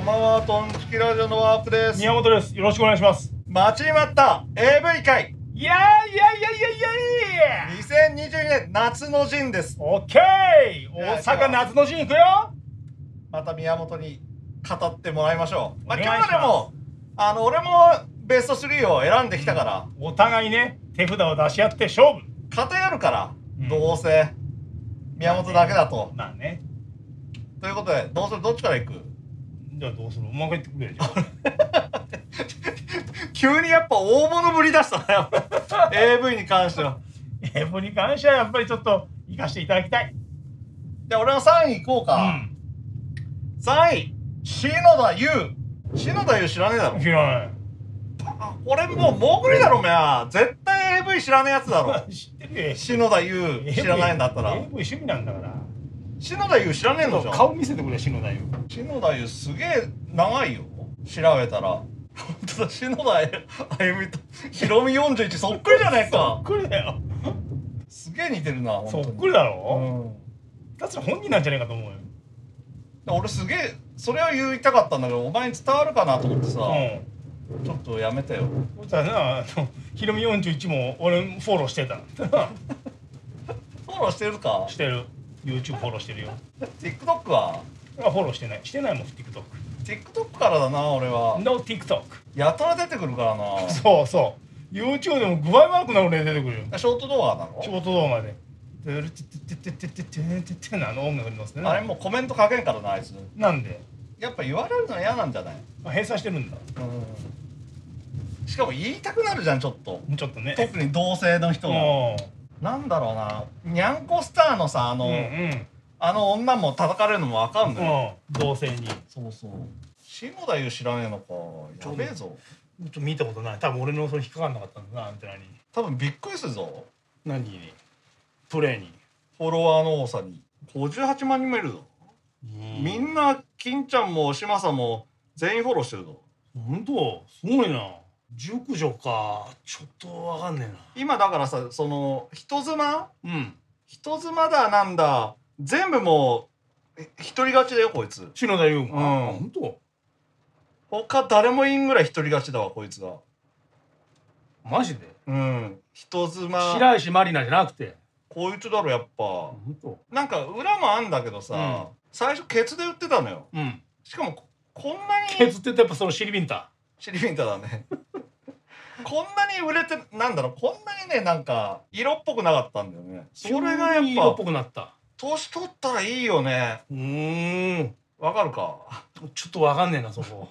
んはトンチキラジオのワープです宮本です。よろしくお願いします。待ちに待った AV 会いやーいやいやいやいやい2022年夏の陣ですオッケーいや大阪夏の陣行くよまた宮本に語ってもらいましょうまあお願い今します日でもあの俺もベスト3を選んできたからお互いね、手札を出し合って勝負偏るから、うんどうせ宮本だけだとまあね。ということでどうするどっちから行くじゃあどうするお前が言ってくれよじゃあ急にやっぱ大物ぶり出したなやっ ぱ AV に関しては英語に関してはやっぱりちょっと行かせていただきたい。じゃあ俺の3位行こううか、3位篠田優篠田優知らねえだろん。知ら俺もうもう無理だろおめえ絶対 AV 知らねえやつだろない。知ってる よ。篠田優知らないんだったら AV 趣味なんだから。篠田優知らねえのじゃん顔見せてくれ、篠田よ。篠田優すげえ長いよ調べたら本当だ篠田あゆみとひろみ41そっくりじゃねえそかっくりだよ。すげえ似てるな本当そにっくりだうろんだって本人なんじゃないかと思うよ。俺すげえそれは言いたかったんだけどお前に伝わるかなと思ってさ、うん。ちょっとやめてよそしたらなあのひろみ41も俺フォローしてたフォローしてるかしてる YouTube フォローしてるよ TikTok はあフォローしてないしてないもん TikTok TikTok からだな俺は NoTikTok やたら出てくるから なそうそう YouTube でも具合悪くなる俺出てくるよショート動画なのショート動画で「てるててててててててて」あの音楽に乗せてあれねもうコメント書けんからなあいつなんでやっぱ言われるの嫌なんじゃないあ閉鎖してるんだしかも言いたくなるじゃんちょっともうちょっとね特に同性の人がもなんだろうなにゃんこスターのさあうの、うんうんあの女も叩かれるのもわかんない、もうん同性にちそうそう下田優知らねえのかやべえぞょっと見たことない多分俺のそれ引っかかんなかったんだなアンテナに多分びっくりするぞ何にプレイにフォロワーの多さに58万人もいるぞ、みんな金ちゃんも島さんも全員フォローしてるぞ本当すごいな熟女かちょっとわかんね今だからさその人妻えなうん人妻だなんだ全部もうえ一人勝ちだよこいつ篠田優ん馬本当他誰もいんぐらい一人勝ちだわこいつがマジでうん人妻白石まりなじゃなくてこいつだろやっぱ本当なんか裏もあんだけどさ、うん最初ケツで売ってたのようんしかもここんなケにツってやっぱそのシリビンタシリビンタだね こんなに売れてなんだろうこんなにねなんか色っぽくなかったんだよねそれがや急っに色っぱぽくなった年取ったらいいよねうーんわかるかちょっとわかんねえなそ こ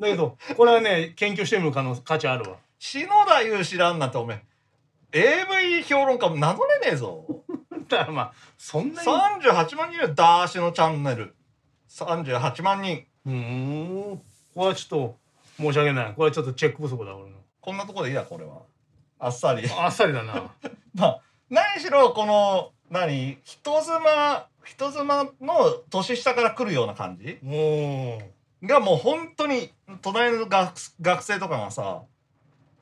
だけどこれはね研究してみる可能価値あるわ篠田優知らんなんておめえ AV 評論家も名乗れねえぞだからまあそんなに38万人よダーシのチャンネル38万人うーんこれはちょっと申し訳ないこれはちょっとチェック不足だ俺のこんなとこでいいやこれはあっさり あっさりだなまあ何しろこの何人妻人妻の年下から来るような感じおーがもう本当に隣の学学生とかがさ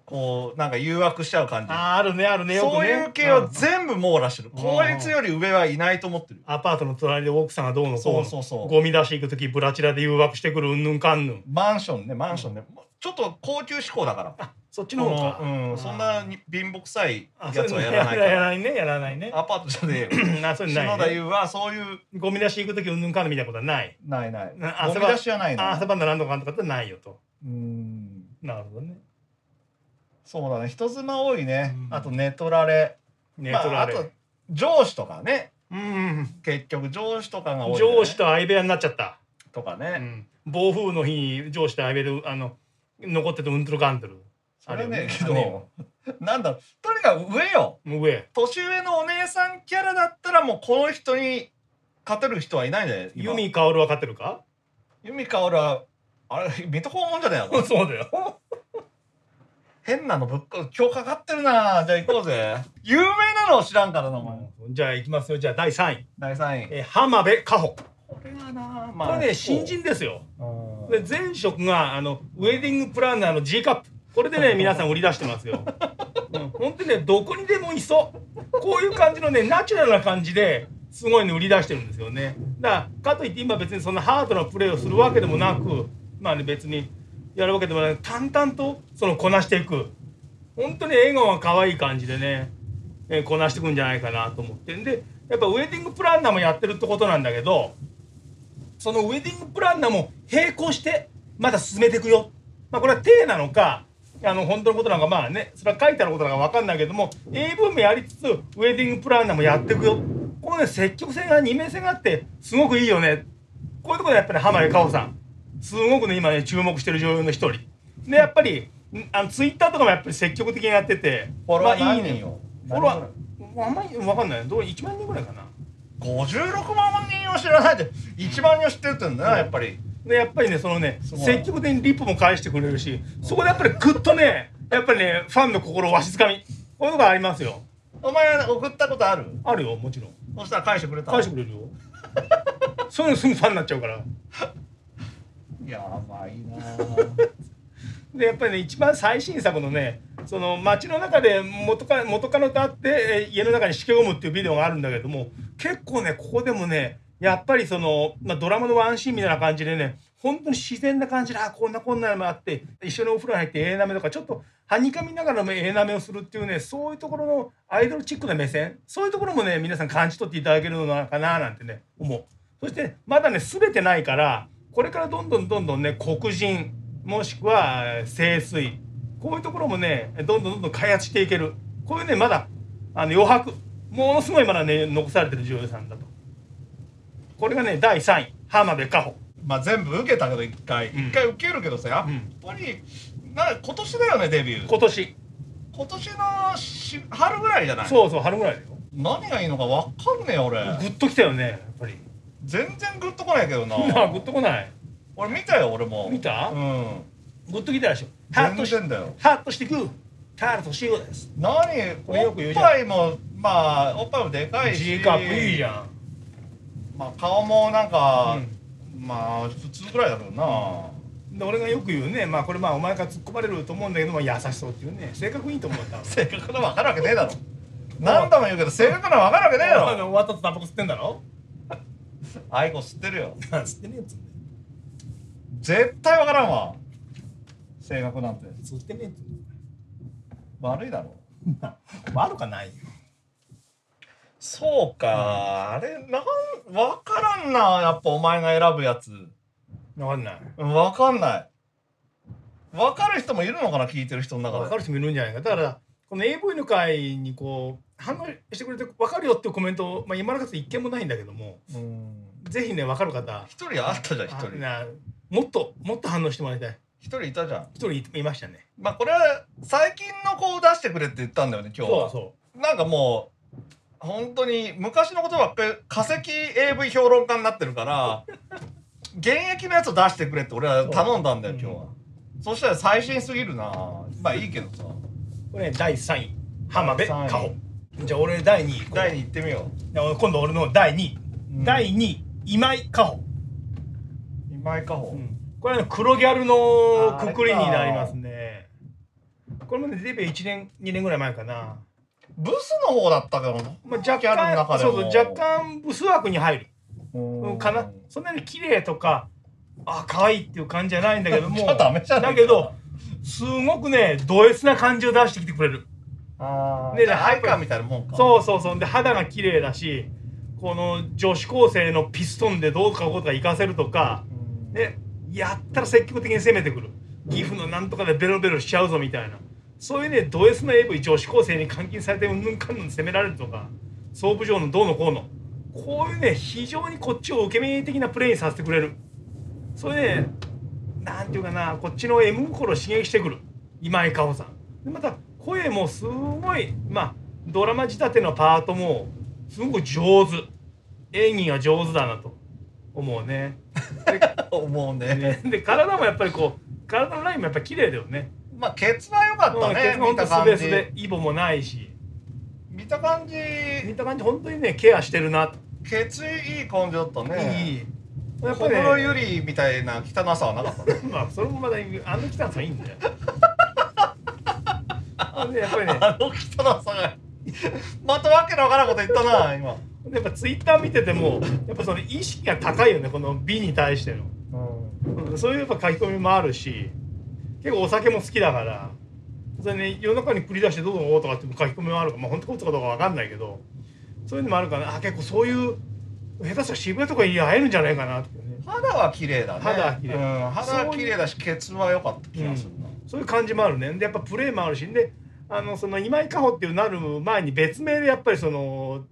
こうなんか誘惑しちゃう感じあーあるねあるねよくねそういう系は全部網羅してるうんこいつより上はいないと思ってるアパートの隣で奥さんがどうのこうそのうそうそうゴミ出し行く時ブラチラで誘惑してくるうんぬんかんぬんマンションねマンションねちょっと高級志向だからそっちの方かこのうん、そんなに貧乏くさいやつはやらないいかやららないねやらないねアパートじゃねえよあ そういうの篠な田い、ね、優はそういうゴミ出し行く時うんぬんかんぬんみたいなことはないないないあゴミ出しはないあな朝晩の何とかかんとかってないよとうんなるほどねそうだね人妻多いね、うんあと寝取られねま取あ、らあれとる上司とかねうん結局上司とかが多い、ね、上司と相部屋になっちゃった、とかうね、ん、暴風の日に上司と相部屋であの残っててうんとるかんとるあれねけあれよど なんだろうとにかく上よもう上年上のお姉さんキャラだったらもうこの人に勝てる人はいないんだよ由美薫は勝ってる か由美かおるはあれ水戸黄門じゃねえのそうだよ変なのぶっこ今日かかってるなじゃあ行こうぜ有名なのを知らんからなお前 じゃあ行きますよじゃあ第3位、第3位えー浜辺果歩これはなこまあれね新人ですようんで前職があのウェディングプランナーの G カップこれでね皆さん売り出してますよ、うん、本当にねどこにでもいそうこういう感じのねナチュラルな感じですごいね売り出してるんですよねだからかといって今別にそんなハードなプレーをするわけでもなくまあね別にやるわけでもない淡々とそのこなしていく本当に笑顔が可愛い感じでね、えーこなしていくんじゃないかなと思ってんでやっぱウェディングプランナーもやってるってことなんだけどそのウェディングプランナーも並行してまだ進めていくよ、まあ、これは体なのかあの本当のことなんかまあねそれは書いてあることなんか分かんないけども英文もやりつつウェディングプランナーもやっていくよこのね積極性が二面性があってすごくいいよねこういうところでやっぱり浜辺香穂さんすごくね今ね注目してる女優の一人でやっぱりんあのツイッターとかもやっぱり積極的にやっててフォロワーまあ何人よフォロワーあんまり分かんないどう1万人ぐらいかな56万人を知らないで1万人を知ってるってんだなやっぱりでやっぱりねそのねすごい積極的にリップも返してくれるしそこでやっぱりグッとねやっぱりねファンの心をわしづかみこういうのがありますよお前は送ったことあるあるよもちろんそしたら返してくれた返してくれる よそういうのすぐファンになっちゃうからやばいな でやっぱりね一番最新作のねその街の中で元カ元カノと会ってえー家の中にしけ込むっていうビデオがあるんだけども結構ねここでもねやっぱりその、まあ、ドラマのワンシーンみたいな感じでね本当に自然な感じであこんなこんなのもあって一緒にお風呂に入ってええなめとかちょっとはにかみながらもええなめをするっていうねそういうところのアイドルチックな目線そういうところもね皆さん感じ取っていただけるのかななんてね思う。そしてまだね全てないからこれからどんどんどんどんね黒人もしくはえー清水こういうところもねどんどんどんどん開発していけるこういうねまだあの余白ものすごいまだね残されてる女優さんだとこれがね第3位浜辺香穂まあ全部受けたけど一回うん一回受けるけどさやっぱりなんか今年だよねデビュー今年今年のし春ぐらいじゃないそうそう春ぐらいだよ何がいいのかわかんねえ俺グッときたよねやっぱり全然グッとこないけどな なあグッとこない俺見たよ俺も見たうんグッときたでしょハッ全とし然だよハッとしてくタール敏夫です何これよく言おうっじゃんぱいもまあおっぱいもでかいし G カップいいじゃんまあ顔もなんか、まあ普通ぐらいだけどな、で俺がよく言うねまあこれまあお前から突っ込まれると思うんだけど、まあ、優しそうっていうね性格いいと思うんだ正確な分かるわけねえだろ何度も言うけど正確な分かるわけねえだろ終わったとタバコ吸ってんだろアイコ吸ってるよ 吸ってねえっつうん絶対分からんわ性格なんてだよ吸ってねえっつうん悪いだろだよ悪かないよそうか、あれなん分からんなやっぱお前が選ぶやつ分かんない分かんない分かる人もいるのかな聞いてる人の中分でかる人もいるんじゃないかだからこの AV の会にこう反応してくれて分かるよっていうコメント、まあ、今のかつ一件もないんだけどもうんぜひね分かる方一人あったじゃん一あ人なもっともっと反応してもらいたい一人いたじゃん一人いいましたねまあこれは最近の子を出してくれって言ったんだよね今日はそうそなんかもう本当に昔のことばっかり化石 AV 評論家になってるから 現役のやつを出してくれって俺は頼んだんだようん今日は、そしたら最新すぎるなまあいいけどさうこれね第3位浜辺第三香位穂じゃあ俺第2位いこう第に行ってみよで俺今度俺の第2位、うん第2位今井果歩、う今井かほこれはね黒ギャルのくくりになりますねこれもねデビュー1年2年ぐらい前かな、ブスの方だったけどな、まあ、ジャ若ケある中干でそもうそう若干ブス枠に入るうかなそんなに綺麗とかあ可愛いっていう感じじゃないんだけ どもダメじゃねえかだけどすごくねド S な感じを出してきてくれるあねねじゃあアやっイぱりカみたいなもんかそうそうそうで肌が綺麗だしこの女子高生のピストンでどうかこうとか行かせるとかうんね、やったら積極的に攻めてくる岐阜のなんとかでベロベロしちゃうぞみたいなそういうねド S の AV 女子高生に監禁されてうんぬんかんぬん攻められるとか総武城のどうのこうのこういうね非常にこっちを受け身的なプレーにさせてくれるそれねなんていうかなこっちの M 心を刺激してくる今井かほさんでまた声もすごいまあドラマ仕立てのパートもすごく上手演技が上手だなと思うね。思うねね で体もやっぱりこう体のラインもやっぱ綺麗だよね。まあケツは良かうったんケねツも見本当たス感ベスじベイボもないし見た感じ見た感じ本当にねケアしてるなと、ケツいい感じだったねいいや小っぱり、室ね、ゆりみたいな汚さはなかったねまあそれもまだあの汚さいいん だよ。 あのねやっぱりねあの汚さがまたわけのわからんこと言ったな今、やっぱツイッター見ててもやっぱその意識が高いよねこの美に対しての。うんそういうやっぱ書き込みもあるし結構お酒も好きだからそれね夜中に繰り出してどうどうとかっていう書き込みもあるからまあ本当か嘘かどうかわかんないけどそういうのもあるからあ結構そういう下手したら渋谷とかに会えるんじゃないかなとかね肌は綺麗だね肌は綺麗うん、肌は綺麗だしケツは良かった気がするな、そういう感じもあるねでやっぱプレーもあるしであのその今井かほっていうなる前に別名でやっぱりその、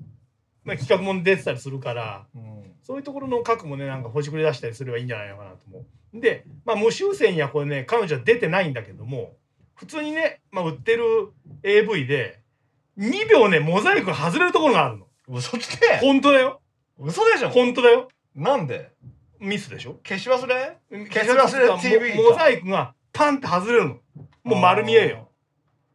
まあ、企画もの出てたりするから。うんそういうところの核もね、なんかほじくり出したりすればいいんじゃないのかなと思う。で、まあ、無修正にはこれね、彼女は出てないんだけども、普通にね、まあ、売ってる AV で、2秒ね、モザイク外れるところがあるの。嘘つけ本当だよ。嘘でしょ本当だよ。なんでミスでしょ消し忘れ消し忘れ TV かモザイクがパンって外れるの。もう丸見えよ。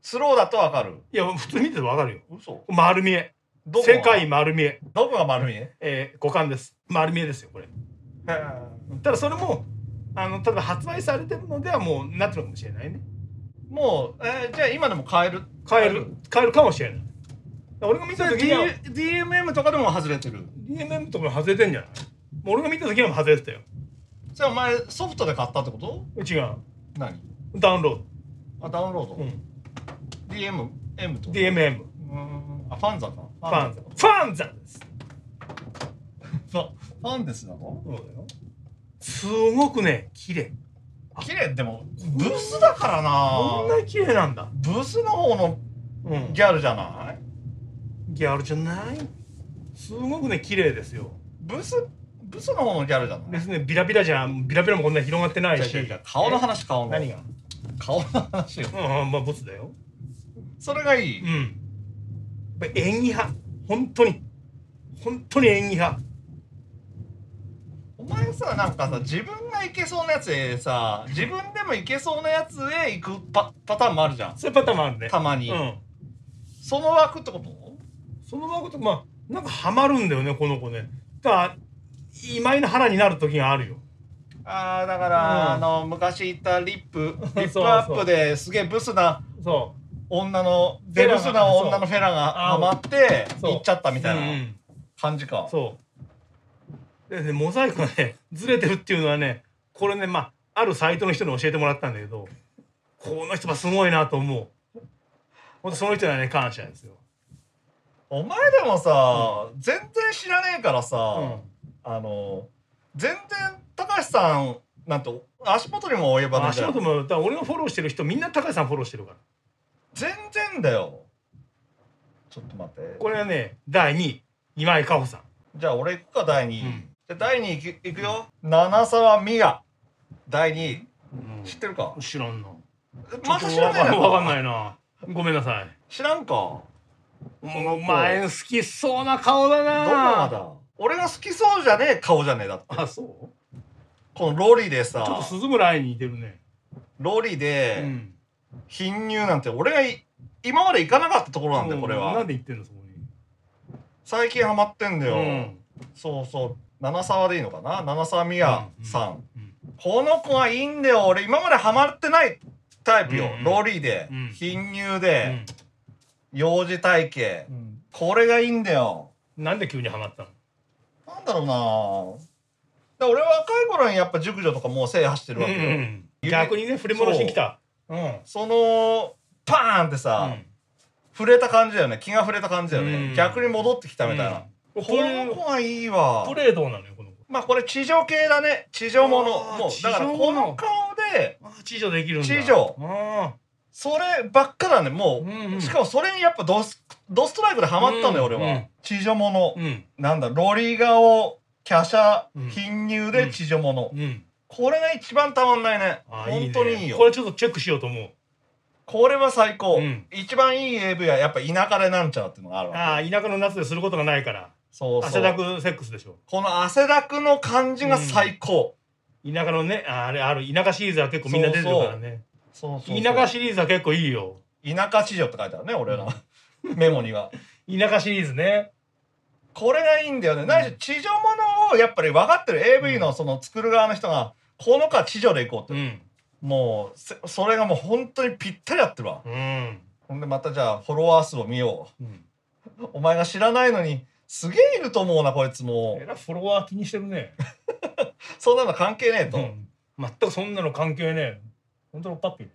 スローだとわかるいや、普通見ててわかるよ。嘘丸見え。どこが世界丸見え。どこが丸見ええー、五感です。丸見えですよ、これ。ただそれも、あの、ただ発売されてるのではもうなってるのかもしれないね。もう、えーじゃあ今でも買える変える変えるかもしれない俺が見そたれ時には D- DMM とかでも外れてる DMM とか外れてんじゃない俺が見た時には外れてたよそれお前ソフトで買ったってことうちが何ダウンロあダウンロード、ード、うん、 DMM と DMM フうーんあファンザかファンザファンザですザファンですなのそうだよすごくね綺麗綺麗でもブスだからこんなな綺麗なんだ、ブスの方のうん、ギャルじゃないギャルじゃないすごくね綺麗ですよブスブスの方のギャルじゃない別にねビラビラじゃビラビラもこんな広がってないし違う違う違う顔の話顔えの何が顔の話ようんうんまあボツだよそれがいい、うん。やっぱ演技派。本当に。本当に演技派。お前さなんかさ自分がいけそうなやつへさ自分でもいけそうなやつへ行くパパターンもあるじゃんそういうパターンもあるね。たまに、うん。その枠ってことその枠とまあ、なんかハマるんだよね、この子ね。だから、今井の腹になる時があるよ。ああだかうんあの昔行ったリッ プそうリップアップですげえブスなそ女のフェデラがブスな女のフェラがそうハマってそう行っちゃったう。みたうんういなん感じか、そう。でね、モザイクがね、ずれてるっていうのはね、これね、まあ、あるサイトの人に教えてもらったんだけど、この人はすごいなと思う。本当その人にはね、感謝ですよ。お前でもさ、全然知らねえからさ、うん。あの全然高橋さんなんて足元にも及ばないじ足ゃん元も、だから俺がフォローしてる人、みんな高橋さんフォローしてるから。全然だよちょっと待ってこれはね第2位今井かほさんじゃあ俺行くか第2位、うんじゃあ第2位いくいくよ七沢美也第2位知ってるか知らんのまた知らないわかんいないなごめんなさい知らんかどこの前好きそうな顔だこなまだ俺が好きそうじゃねえ顔じゃねえだってあそうこのロリでちょっさと鈴村愛に似てるねロリうでん貧乳なんて俺がい今まで行かなかったところなんだよこれなはんで言ってんのそこに最近ハマってんだよ、うんそうそう七沢でいいのかな七沢美也さん、うんこの子はいいんだよ俺今までハマってないタイプよ、うんうんロリーで、うん貧乳で、幼児体型うんこれがいいんだよなんで急にハマったのなんだろうなだから俺は若い頃にやっぱ熟女とかもう制覇してるわけよ、うん逆にね振り戻しに来たうんそのパーンってさ、触れた感じだよね気が触れた感じだよね、うん逆に戻ってきたみたいな、うんこの子はいいわプレーどうなのよこの子まあこれ地上系だね地上ものあーもうだから地こ上ものの顔であ地上できるんだ地上あそればっかだねもう、うんうんしかもそれにやっぱドスドストライクでハマったのよ、うん俺は、うん地上もの、ーうんなんだロリ顔華奢うん貧乳で地上もの、うんこれが一番たまんないねあ本当にいいよこれちょっとチェックしようと思うこれは最高、うん一番いい AV はやっぱ田舎でなんちゃらっていうのがあるわああ田舎の夏ですることがないからそうそう汗だくセックスでしょこの汗だくの感じが最高、田舎のねああれある田舎シリーズは結構みんな出てるからねそうそうそう田舎シリーズは結構いいよ田舎地上って書いてあるね俺らメモには田舎シリーズねこれがいいんだよね。ないし地上ものをやっぱり分かってる AV のその作る側の人が、この子は地上で行こううって。んもうせ、それがもう本当にぴったり合ってるわ。うん、ほんでまたじゃあフォロワー数を見ようん、う。お前が知らないのに、すげえいると思うな、こいつもえ。らいフォロワー気にしてるねそんなの関係ねえと。うん全くそんなの関係ねえ本当のパッピー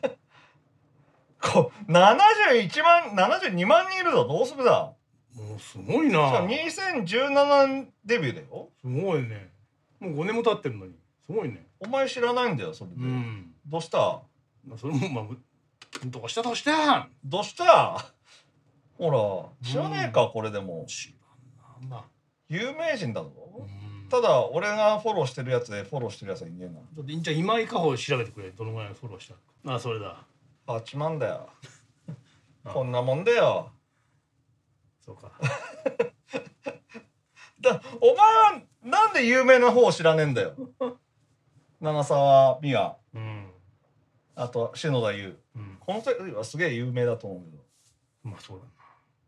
だよこう71万72万人いるぞどうするだおーすごいしかなも2017年デビューだよすごいねもう5年も経ってるのにすごいねお前知らないんだよそれで、うん、どうしたまあ、それもまあどうしたどうしたどうしたほら知らねえか、これでも知らんなま有名人だぞ、あうんただ俺がフォローしてるやつでフォローしてるやつはいねえなだってじゃあ今井かほ調べてくれどのぐらいフォローしたのあそれだ8万だよ あこんなもんだよそうかだお前はなんで有名な方を知らねえんだよ七沢美和うん、あと篠田優うん、この人はすげえ有名だと思うけどまあそうだな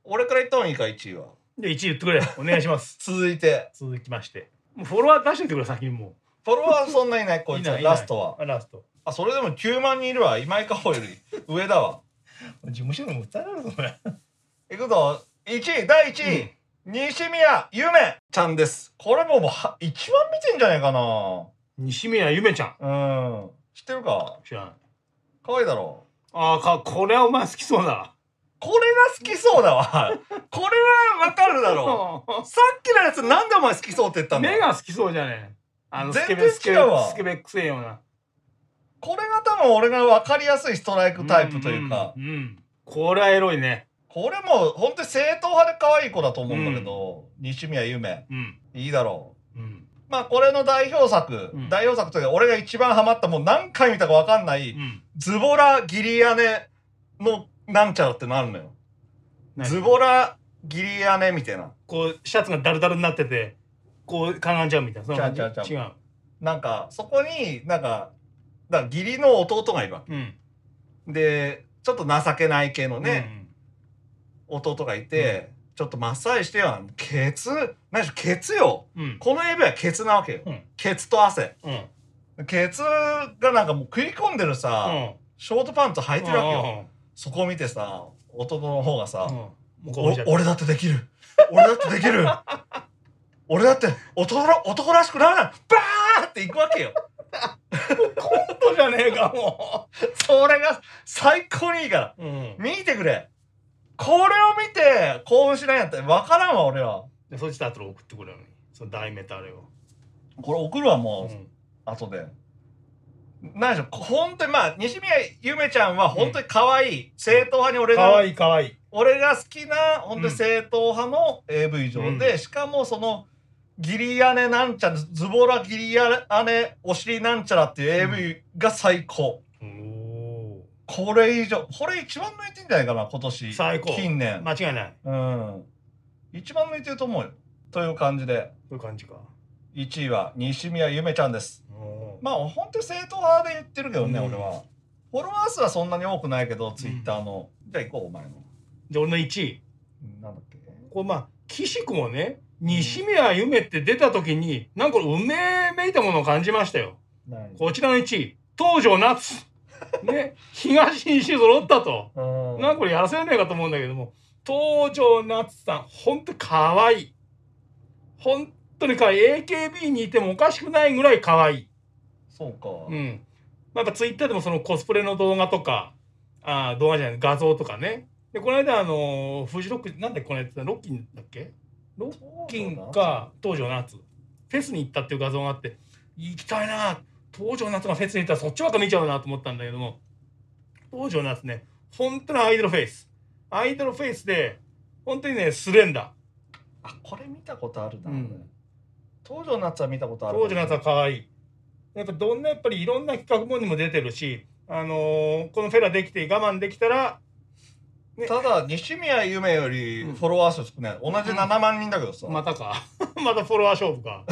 俺から言った方がいいか1位はで1位言ってくれお願いします続いて続きましてもうフォロワー出しててくれ先にもフォロワーそんない ないこういいつないいないラストはあラストあそれでも9万人いるわ今井かほより上だわ事務所にも訴えられるぞこれいくぞ1位第1位、西宮ゆめちゃんですこれももうは一番見てんじゃないかな西宮ゆめちゃんうん知ってるか知らない可愛いだろああかこれはお前好きそうだこれが好きそう だわこれはわかるだろうさっきのやつなんでお前好きそうって言ったんだ目が好きそうじゃねえあのスケベ全スケ然ベ違うわスケベくせえようなこれが多分俺が分かりやすいストライクタイプというか、うんうんうんこれはエロいねこれもう本当に正統派で可愛い子だと思うんだけど、西宮ゆめうんいいだろううんまあこれの代表作、うん代表作というか俺が一番ハマったもう何回見たか分かんない、うんズボラギリ屋根のなんちゃらってのあるのよ何ズボラギリ屋根みたいなこうシャツがダルダルになっててこうかがんじゃうみたいなそんな感じちゃうちゃうち違うなんかそこになんかだから義理の弟がいるわうんけでちょっと情けない系のね、弟がいて、ちょっとマッサージしてよケツ何でしょケツようんうんこの AV はケツなわけよ、うんケツと汗うんうんケツがなんかもう食い込んでるさ、ショートパンツ履いてるわけよ、そこを見てさ弟の方がさ、うんうんお俺だってできる俺だってできる俺だって男ら男らしくならないバーっていくわけよコントじゃねえかもそれが最高にいいからう、うん見てくれこれを見て興奮しないなんて分からんわ俺はで、そっちと後で送ってくれよその題名とあれを、これ送るわもう、ん、後で何でしょう本当にまあ西宮ゆめちゃんは本当に可愛い、正統派に俺かわがいいかわいい俺が好きな本当に正統派の AV 上で、うんしかもそのギリ屋根なんちゃらズボラギリ屋根お尻なんちゃらっていう AV が最高、おおこれ以上これ一番抜いてんじゃないかな今年最高近年、間違いないうん一番抜いてると思うよという感じでそういう感じか1位は西宮ゆめちゃんですおーまあ本当に正統派で言ってるけどね、うん俺はフォロワー数はそんなに多くないけどツイッターの、じゃあ行こうお前ので俺の1位なんだっけこれまあ岸君もね西宮夢って出た時になんかこれうめめいたものを感じましたよ何こちらの1位東条 夏ね東西揃ったとうんなんかこれやらせられないかと思うんだけども東条夏さんほんとかわいい本当にかわいい AKB にいてもおかしくないぐらいかわいいそうか、うんまあやっぱツイッターでもそのコスプレの動画とかあー動画じゃない画像とかねでこの間あのーフジロックなんでこの間ロッキンだっけロッキンか東条夏フェスに行ったっていう画像があって行きたいな東条夏がフェスに行ったらそっちばっか見ちゃうなと思ったんだけども東条夏ね本当のアイドルフェイスアイドルフェイスで本当にねスレンダあこれ見たことあるな、うん俺東条夏は見たことーある東条夏は可愛いやっぱどんなやっぱりいろんな企画本にも出てるしあのーこのフェラできて我慢できたらただ西宮ゆめよりフォロワー数少ない、同じ7万人だけどさ、またか またフォロワー勝負か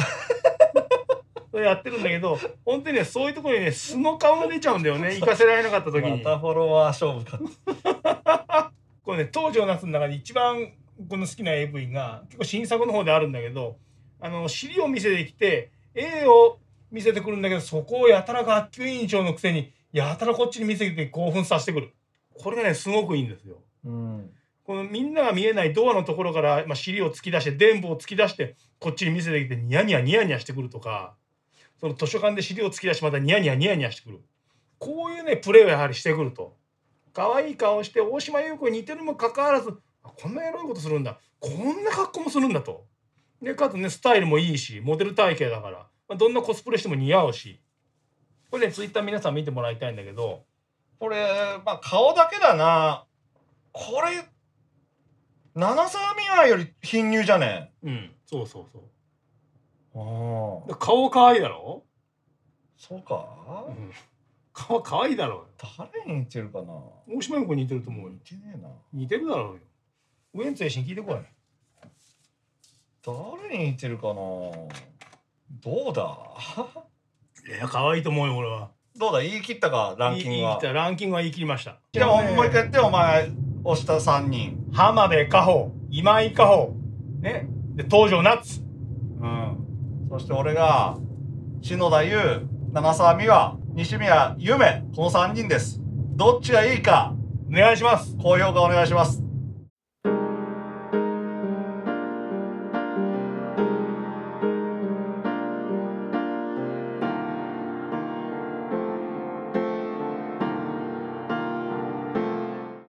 それやってるんだけど本当にねそういうところにね素の顔が出ちゃうんだよね行かせられなかった時まにたフォロワー勝負かこれね東条夏の中で一番この好きな AV が結構新作の方であるんだけどあの尻を見せてきて A を見せてくるんだけどそこをやたら学級委員長のくせにやたらこっちに見せてきて興奮させてくるこれがねすごくいいんですよ。うんこのみんなが見えないドアのところから、まあ、尻を突き出して電部を突き出してこっちに見せてきてニヤニヤニヤニヤしてくるとかその図書館で尻を突き出しまたニヤニヤニヤニヤしてくるこういうねプレーをやはりしてくると可愛い顔して大島優子に似てるにもかかわらずあこんなエロいことするんだこんな格好もするんだとでかつねスタイルもいいしモデル体型だから、まあ、どんなコスプレしても似合うしこれねツイッター皆さん見てもらいたいんだけどこれまあ顔だけだなこれ七沢美和より貧乳じゃねうんそうそうそうえああで顔可愛いだろ、そうかうん、顔可愛いだろ誰に似てるかな大島優子に似てると思うよ似てねえな似てるだろうよウエンツ衛進聞いてこい誰に似てるかなどうだいや可愛いと思うよ俺はどうだ言い切ったかランキングは言い切ったランキングは言い切りましたでももう一回やってお前押した3人浜辺加穂今井加穂ねで東条夏うんそして俺が篠田優長澤美和西宮夢この3人ですどっちがいいかお願いします高評価お願いします